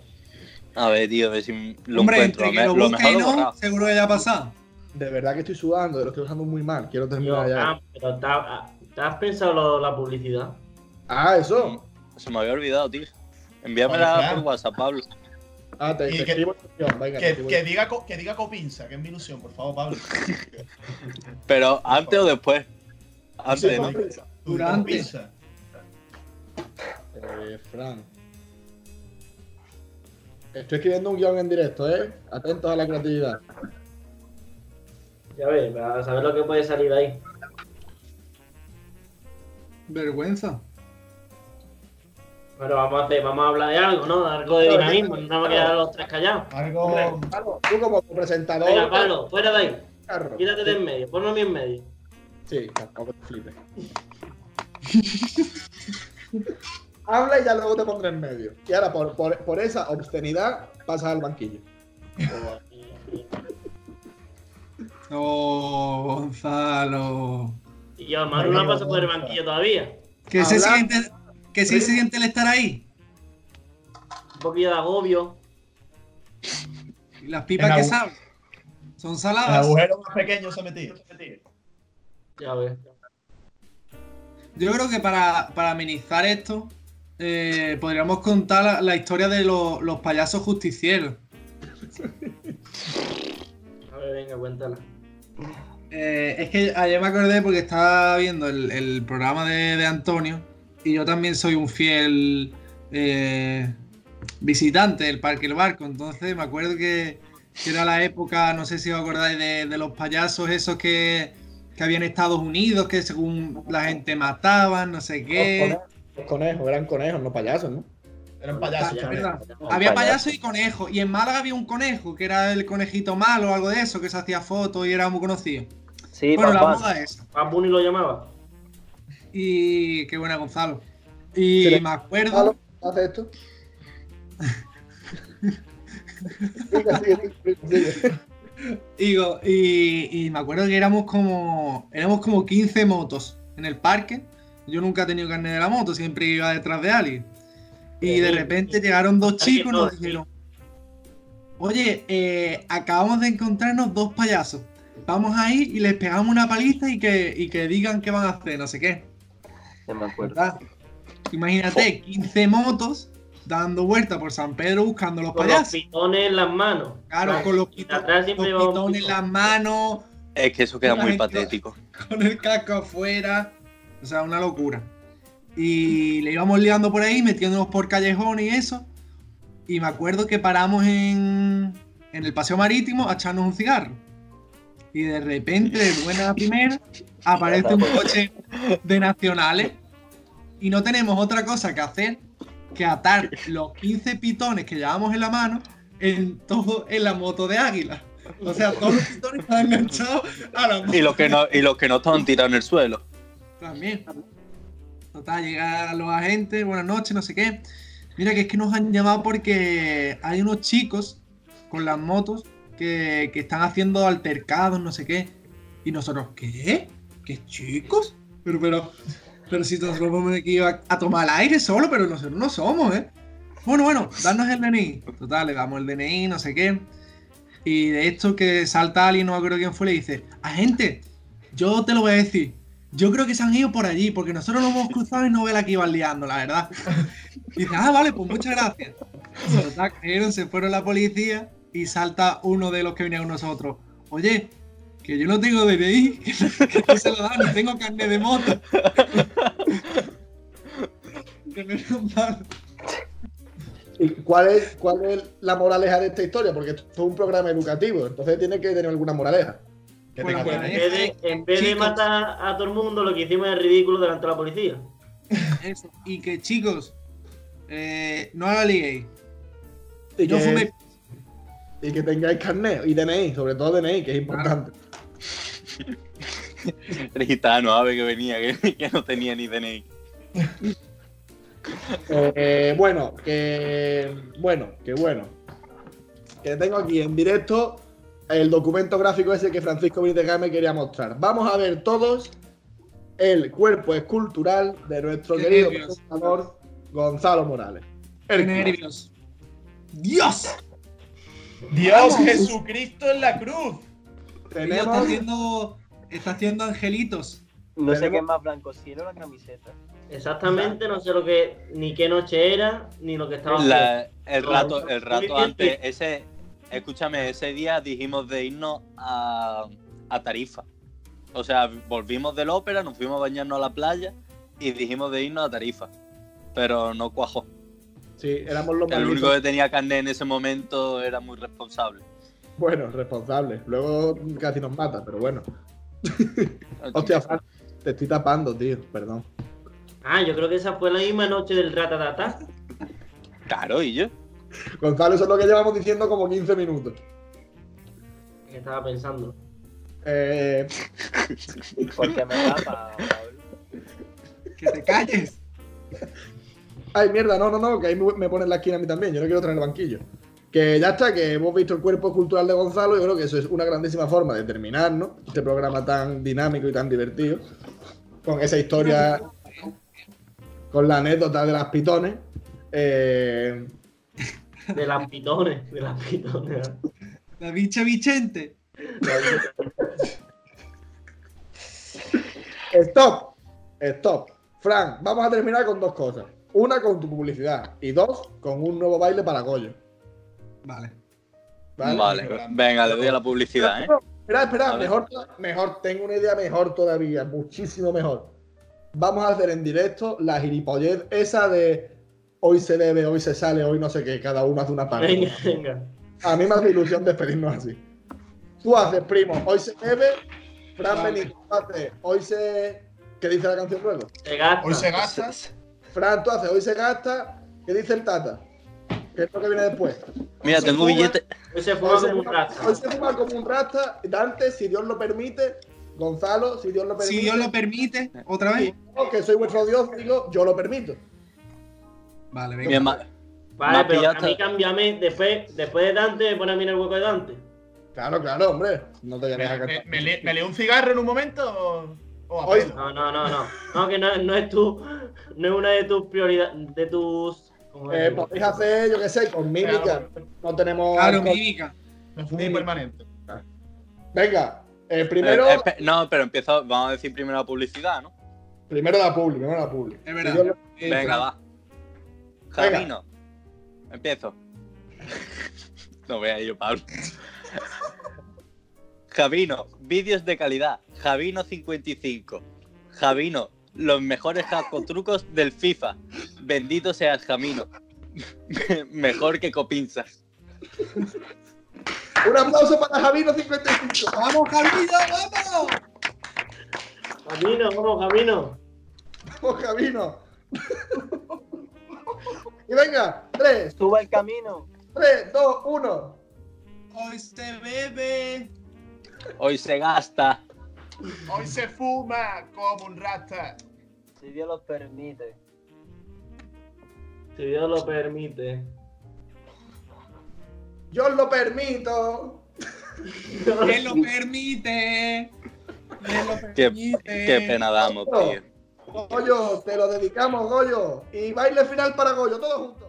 Speaker 6: A ver, tío, a ver si lo
Speaker 3: Hombre, entre
Speaker 6: encuentro. A
Speaker 3: que
Speaker 6: ver,
Speaker 3: lo
Speaker 6: lo
Speaker 3: busque
Speaker 6: mejor
Speaker 3: y
Speaker 6: lo he
Speaker 3: no,
Speaker 6: borrado.
Speaker 3: seguro que ya ha pasado.
Speaker 2: De verdad que estoy sudando, lo estoy usando muy mal. Quiero
Speaker 1: Yo,
Speaker 2: terminar ya.
Speaker 1: Fran, pero ¿te has- ¿te has pensado lo- la publicidad?
Speaker 2: Ah, eso.
Speaker 6: Se me había olvidado, tío. Envíamela
Speaker 7: Oye,
Speaker 6: por
Speaker 7: Fran.
Speaker 6: WhatsApp, Pablo.
Speaker 2: Ah, te,
Speaker 7: Y
Speaker 2: te
Speaker 7: que-
Speaker 2: escribo la opción, venga. te
Speaker 7: Que,
Speaker 2: escribo
Speaker 7: que
Speaker 2: la-
Speaker 7: diga, co- que diga Copinza, que es mi ilusión, por favor, Pablo.
Speaker 6: Pero antes o después. Antes, ¿no?
Speaker 7: Tu
Speaker 3: Durante.
Speaker 7: Copinza.
Speaker 2: Eh, Fran. Estoy escribiendo un guión en directo, ¿eh? Atentos a la creatividad.
Speaker 1: Ya ves, para saber lo que puede salir ahí.
Speaker 3: Vergüenza.
Speaker 1: Pero vamos a hacer, vamos a hablar de algo, ¿no? De algo de dinamismo, no vamos a quedar los tres callados.
Speaker 7: Algo.
Speaker 2: Pablo, tú como presentador.
Speaker 1: Venga, Pablo, fuera de ahí.
Speaker 2: carro.
Speaker 1: Quítate de en medio, ponme a mí en medio.
Speaker 2: Sí, tampoco te flipes. Habla y ya luego te pondré en medio. Y ahora, por, por, por esa obscenidad, pasas al banquillo.
Speaker 3: Oh, Gonzalo.
Speaker 1: Y yo, Maru no ha pasado por el banquillo todavía.
Speaker 3: Que ese
Speaker 2: Habla-
Speaker 3: siguiente, que
Speaker 7: ¿Eh?
Speaker 3: si el siguiente le estará ahí.
Speaker 1: Un poquillo de agobio.
Speaker 3: Y las pipas
Speaker 7: El
Speaker 3: que
Speaker 7: agu-
Speaker 3: saben. Son
Speaker 7: El
Speaker 3: saladas.
Speaker 7: agujero más pequeño se ha metido.
Speaker 1: Ya ves.
Speaker 3: Yo creo que para, para amenizar esto, eh, podríamos contar la, la historia de los- los payasos justicieros.
Speaker 1: A ver, venga, cuéntala.
Speaker 3: Eh, es que ayer me acordé porque estaba viendo el, el programa de, de Antonio y yo también soy un fiel eh, visitante del Parque El Barco. Entonces me acuerdo que, que era la época, no sé si os acordáis, de, de los payasos esos que, que había en Estados Unidos, que según la gente mataban, no sé qué.
Speaker 2: Los conejos, los conejos, eran conejos, no payasos, ¿no?
Speaker 7: Eran payasos
Speaker 3: Ah,
Speaker 7: también.
Speaker 3: verdad.
Speaker 4: Un
Speaker 3: Había
Speaker 4: payaso.
Speaker 3: payasos y conejos. Y en Málaga había un conejo, que era el conejito malo o algo de eso, que se hacía fotos y era muy conocido.
Speaker 4: Sí,
Speaker 3: bueno, la
Speaker 4: papá.
Speaker 3: moda es.
Speaker 1: Bad Bunny lo llamaba.
Speaker 3: Y qué buena Gonzalo. Y
Speaker 2: Sí, le-
Speaker 3: me
Speaker 2: Pablo,
Speaker 3: acuerdo,
Speaker 2: ¿haces esto? sigue, sigue, sigue, sigue, sigue.
Speaker 3: digo, y, y me acuerdo que éramos como éramos como 15 motos en el parque. Yo nunca he tenido carne de la moto, siempre iba detrás de alguien. Y de
Speaker 1: Eh,
Speaker 3: repente llegaron dos
Speaker 1: alguien
Speaker 3: chicos y
Speaker 1: no,
Speaker 3: nos
Speaker 1: sí.
Speaker 3: dijeron, oye, eh, acabamos de encontrarnos dos payasos. Vamos a ir y les pegamos una paliza y que, y que digan qué van a hacer, no sé qué.
Speaker 4: No me acuerdo.
Speaker 3: ¿verdad? Imagínate, 15 motos dando vueltas por San Pedro buscando los
Speaker 1: Con los
Speaker 3: payasos.
Speaker 1: pitones en las manos.
Speaker 3: Claro, con los,
Speaker 1: Y
Speaker 3: pito-
Speaker 1: atrás
Speaker 3: los
Speaker 1: siempre llevaba un
Speaker 3: pitones en
Speaker 1: pitón.
Speaker 3: las manos,
Speaker 6: Es que eso queda
Speaker 3: La
Speaker 6: muy
Speaker 3: gente-
Speaker 6: patético.
Speaker 3: con el casco afuera. O sea, una locura. Y le íbamos liando por ahí, metiéndonos por callejones y eso. Y me acuerdo que paramos en, en el paseo marítimo a echarnos un cigarro. Y de repente, de buena a primera, aparece un coche de nacionales. Y no tenemos otra cosa que hacer que atar los 15 pitones que llevamos en la mano en todo en la moto de águila. O sea, todos los pitones están enganchados a la moto.
Speaker 6: Y los que no, y los que no estaban tirados en el suelo.
Speaker 3: También. Total, llegan los agentes, buenas noches, no sé qué. Mira que es que nos han llamado porque hay unos chicos con las motos que, que están haciendo altercados, no sé qué. Y nosotros, ¿qué? ¿Qué chicos? Pero, pero, pero si nosotros vamos aquí a, a tomar el aire solo, pero nosotros no somos, ¿eh? Bueno, bueno, darnos el DNI. Total, le damos el DNI, no sé qué. Y de esto que salta alguien, no me acuerdo quién fue, le dice, agente, yo te lo voy a decir. Yo creo que se han ido por allí, porque nosotros lo hemos cruzado y no ve la que iban liando, la verdad. Y dice, ah, vale, pues muchas gracias. Total, cogieron, se fueron la policía y salta uno de los que venía con nosotros. Oye, que yo no tengo DNI, que no, que no se lo dan, ni tengo carne de moto. Que menos mal.
Speaker 2: ¿Y cuál es, cuál es la moraleja de esta historia? Porque esto es un programa educativo, entonces tiene que tener alguna moraleja.
Speaker 7: Que
Speaker 3: Bueno,
Speaker 7: tenga
Speaker 3: bueno,
Speaker 1: En
Speaker 7: pena.
Speaker 3: eh.
Speaker 1: vez de, en vez de
Speaker 3: Chicos.
Speaker 1: matar a todo el mundo, lo que hicimos es ridículo delante de la policía.
Speaker 3: Eso. Y que chicos, eh, no la liéis.
Speaker 2: Y
Speaker 3: No
Speaker 2: que-
Speaker 3: fuméis.
Speaker 2: Y que tengáis carnet y DNI, sobre todo DNI, que es importante.
Speaker 6: El gitano, ave que venía, que, que no tenía ni DNI.
Speaker 2: Eh, bueno, que bueno, que bueno. Que tengo aquí en directo el documento gráfico ese que Francisco Benítez me quería mostrar. Vamos a ver todos el cuerpo escultural de nuestro
Speaker 3: Qué
Speaker 2: querido
Speaker 3: nervios.
Speaker 2: presentador Gonzalo Morales.
Speaker 3: Qué
Speaker 2: Hércules.
Speaker 3: nervios. ¡Dios!
Speaker 7: Dios Jesucristo en la cruz.
Speaker 3: Tío, está
Speaker 2: Tenemos
Speaker 3: haciendo, está haciendo angelitos.
Speaker 4: No sé
Speaker 2: Tenemos-
Speaker 4: qué es más blanco, cielo o la camiseta.
Speaker 1: Exactamente, no sé lo que ni qué noche era, ni lo que estaba haciendo.
Speaker 6: La- el rato,
Speaker 1: Sí,
Speaker 6: el
Speaker 1: sí,
Speaker 6: rato
Speaker 1: sí.
Speaker 6: antes, ese, escúchame, ese día dijimos de irnos a, a Tarifa. O sea, volvimos de la ópera, nos fuimos a bañarnos a la playa y dijimos de irnos a Tarifa. Pero no cuajó.
Speaker 2: Sí, éramos los
Speaker 6: El
Speaker 2: más
Speaker 6: único que tenía carne en ese momento era muy responsable.
Speaker 2: Bueno, responsables. Luego casi nos mata, pero bueno. Hostia, Fran, te estoy tapando, tío. Perdón.
Speaker 1: Ah, yo creo que esa fue la misma noche del ratatata.
Speaker 6: Claro, y yo.
Speaker 2: Gonzalo, eso es lo que llevamos diciendo como 15 minutos.
Speaker 1: Que estaba pensando.
Speaker 2: Eh,
Speaker 4: Porque me tapa, Pablo.
Speaker 3: Que te calles.
Speaker 2: ay, mierda, no, no, no, que ahí me me ponen la esquina a mí también. Yo no quiero tener banquillo. Que ya está, que hemos visto el cuerpo cultural de Gonzalo. Yo creo que eso es una grandísima forma de terminar, ¿no? Este programa tan dinámico y tan divertido. Con esa historia. Con la anécdota de las pitones. Eh,
Speaker 1: De las pitones, de las pitones.
Speaker 3: La bicha Vicente.
Speaker 2: Stop, stop. Fran, vamos a terminar con dos cosas. Una con tu publicidad y dos con un nuevo baile para Goyo.
Speaker 3: Vale.
Speaker 6: Vale,
Speaker 2: ¿vale?
Speaker 6: venga, le doy a la publicidad, ¿eh?
Speaker 2: No, espera, espera,
Speaker 6: Vale.
Speaker 2: mejor, mejor, tengo una idea mejor todavía, muchísimo mejor. Vamos a hacer en directo la gilipollez esa de hoy se debe, hoy se sale, hoy no sé qué, cada uno hace una parte.
Speaker 1: Venga, venga.
Speaker 2: A mí me hace ilusión despedirnos así. Tú haces, primo, hoy se bebe, Fran
Speaker 3: Vale.
Speaker 2: Benito hace, hoy se... ¿Qué dice la canción luego?
Speaker 1: Se gasta.
Speaker 7: Hoy se gastas.
Speaker 2: Fran, tú haces, hoy se gasta, ¿qué dice el Tata? ¿Qué es lo que viene después?
Speaker 6: Mira,
Speaker 2: se
Speaker 6: tengo
Speaker 2: fuma.
Speaker 6: billete.
Speaker 1: Hoy se fuma
Speaker 2: Hoy se,
Speaker 1: como un
Speaker 2: fuma,
Speaker 1: rata.
Speaker 2: hoy se fuma como un rasta, Dante, si Dios lo permite, Gonzalo, si Dios lo permite.
Speaker 3: Si Dios lo permite, otra vez.
Speaker 2: y yo, que soy vuestro Dios, digo, yo lo permito.
Speaker 3: Vale,
Speaker 6: Mi
Speaker 3: venga.
Speaker 6: herma- Me
Speaker 1: Vale,
Speaker 6: ha
Speaker 1: pero
Speaker 6: pillado
Speaker 1: a mí
Speaker 6: hasta-
Speaker 1: cámbiame. Después, después de Dante, me pone a mí en el hueco de Dante.
Speaker 2: Claro, claro, hombre. No te voy a
Speaker 7: ¿Me,
Speaker 2: dejar
Speaker 7: me,
Speaker 2: cantar.
Speaker 7: me le- me leo un cigarro en un momento o, o
Speaker 2: Hoy-
Speaker 7: aprendo?
Speaker 1: No, no, no, no. No, que no, no es tu. No es una de tus prioridades. De tus. ¿cómo
Speaker 2: Eh,
Speaker 1: decirlo?
Speaker 2: podéis hacer, yo qué sé, con mímica. No tenemos.
Speaker 3: Claro, mímica.
Speaker 7: Me fumo un permanente.
Speaker 2: Venga, eh, primero,
Speaker 6: Eh, espe- no, pero empiezo, vamos a decir primero la publicidad, ¿no?
Speaker 2: primero la publi, primero la publi.
Speaker 3: Es verdad.
Speaker 2: Si Dios lo-
Speaker 3: Eh,
Speaker 6: Venga,
Speaker 3: Fran,
Speaker 6: va.
Speaker 2: Venga.
Speaker 6: Javino. Empiezo. no vea yo, Pablo. Javino, vídeos de calidad. Javino 55. Javino, los mejores trucos del FIFA. Bendito seas, Jamino. Mejor que Copinzas.
Speaker 2: Un aplauso para Javino 55.
Speaker 3: ¡Vamos, Javino! ¡Vamos!
Speaker 1: Camino, vamos, camino.
Speaker 2: Vamos, Javino. y venga, 3,
Speaker 4: Sube el camino.
Speaker 2: 3, 2, 1.
Speaker 3: Hoy se bebe.
Speaker 6: Hoy se gasta.
Speaker 7: Hoy se fuma como un rasta.
Speaker 4: Si Dios lo permite.
Speaker 1: Si Dios lo permite.
Speaker 2: Yo os lo permito.
Speaker 3: Él lo permite. Él lo
Speaker 6: Qué,
Speaker 3: permite.
Speaker 6: qué pena damos, tío.
Speaker 2: Goyo, te lo dedicamos, Goyo. Y baile final para Goyo, todos juntos.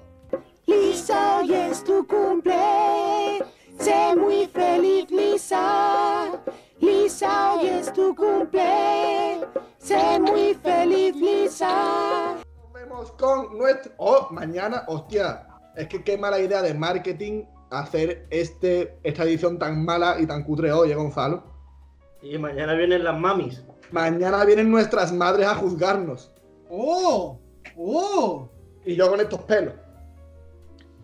Speaker 5: Lisa, hoy es tu cumple. Sé muy feliz, Lisa. Lisa, hoy es tu cumple. Sé muy feliz, Lisa.
Speaker 2: Nos vemos con nuestro. Oh, mañana, hostia. Es que qué mala idea de marketing hacer este, esta edición tan mala y tan cutre hoy, ¿eh, Gonzalo.
Speaker 1: Y mañana vienen las mamis.
Speaker 2: Mañana vienen nuestras madres a juzgarnos.
Speaker 3: ¡Oh! ¡Oh!
Speaker 2: Y yo con estos pelos.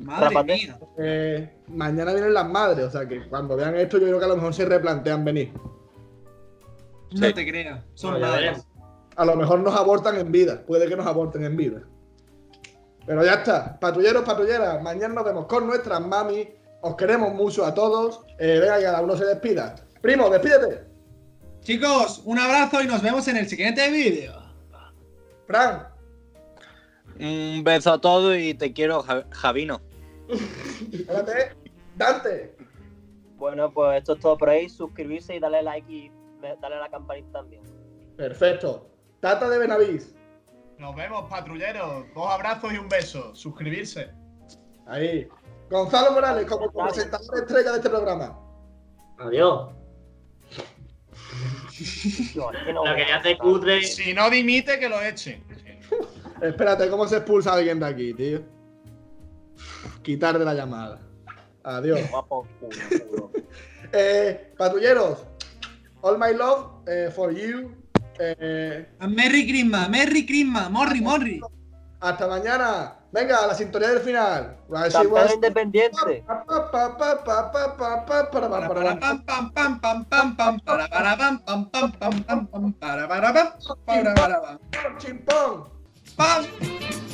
Speaker 3: Madre
Speaker 4: Rápate.
Speaker 3: mía.
Speaker 2: Eh, mañana vienen las madres, o sea que cuando vean esto, yo creo que a lo mejor se replantean venir.
Speaker 3: No
Speaker 6: Sí.
Speaker 3: te creas.
Speaker 1: No,
Speaker 3: Son
Speaker 1: ya
Speaker 3: madres.
Speaker 1: veremos.
Speaker 2: A lo mejor nos abortan en vida, puede que nos aborten en vida. Pero ya está, patrulleros, patrulleras, mañana nos vemos con nuestras mami. Os queremos mucho a todos. Eh, venga, que cada uno se despida. Primo, despídete.
Speaker 3: Chicos, un abrazo y nos vemos en el siguiente vídeo.
Speaker 2: Fran,
Speaker 6: Un beso a todos y te quiero, Ja- Javino.
Speaker 2: espérate. Dante,
Speaker 4: Bueno, pues esto es todo por ahí. Suscribirse y darle like y me- darle a la campanita también.
Speaker 2: perfecto. Tata de Benavís,
Speaker 7: Nos vemos, patrulleros. Dos abrazos y un beso. Suscribirse.
Speaker 2: ahí. Gonzalo Morales, como como presentador estrella de este programa.
Speaker 1: Adiós.
Speaker 4: No, es que no
Speaker 1: Lo
Speaker 4: veas,
Speaker 1: quería hacer
Speaker 4: Pablo.
Speaker 1: cutre.
Speaker 7: Si no dimite, que lo echen.
Speaker 2: Espérate, ¿cómo se expulsa alguien de aquí, tío? Quitar de la llamada. Adiós.
Speaker 4: Guapo, culo, seguro.
Speaker 2: Eh, patrulleros, All My Love eh, for You. Eh,
Speaker 3: Merry Christmas, Merry Christmas, Morri, Morri.
Speaker 2: hasta mañana. Venga, la sintonía del final. Rise
Speaker 4: Campeón
Speaker 2: was-
Speaker 4: independiente.
Speaker 2: Pa, pa, pa, pa, pa, pa, pa, pa, para, para,
Speaker 3: Para,
Speaker 2: para,
Speaker 3: para,
Speaker 2: pa,
Speaker 3: pam, pam, pam, pam, pam, pam, para, para, pam, pam, pam, pam, pam, pam, para, para, pam, para, para, pam,
Speaker 2: chimpón.
Speaker 3: pam.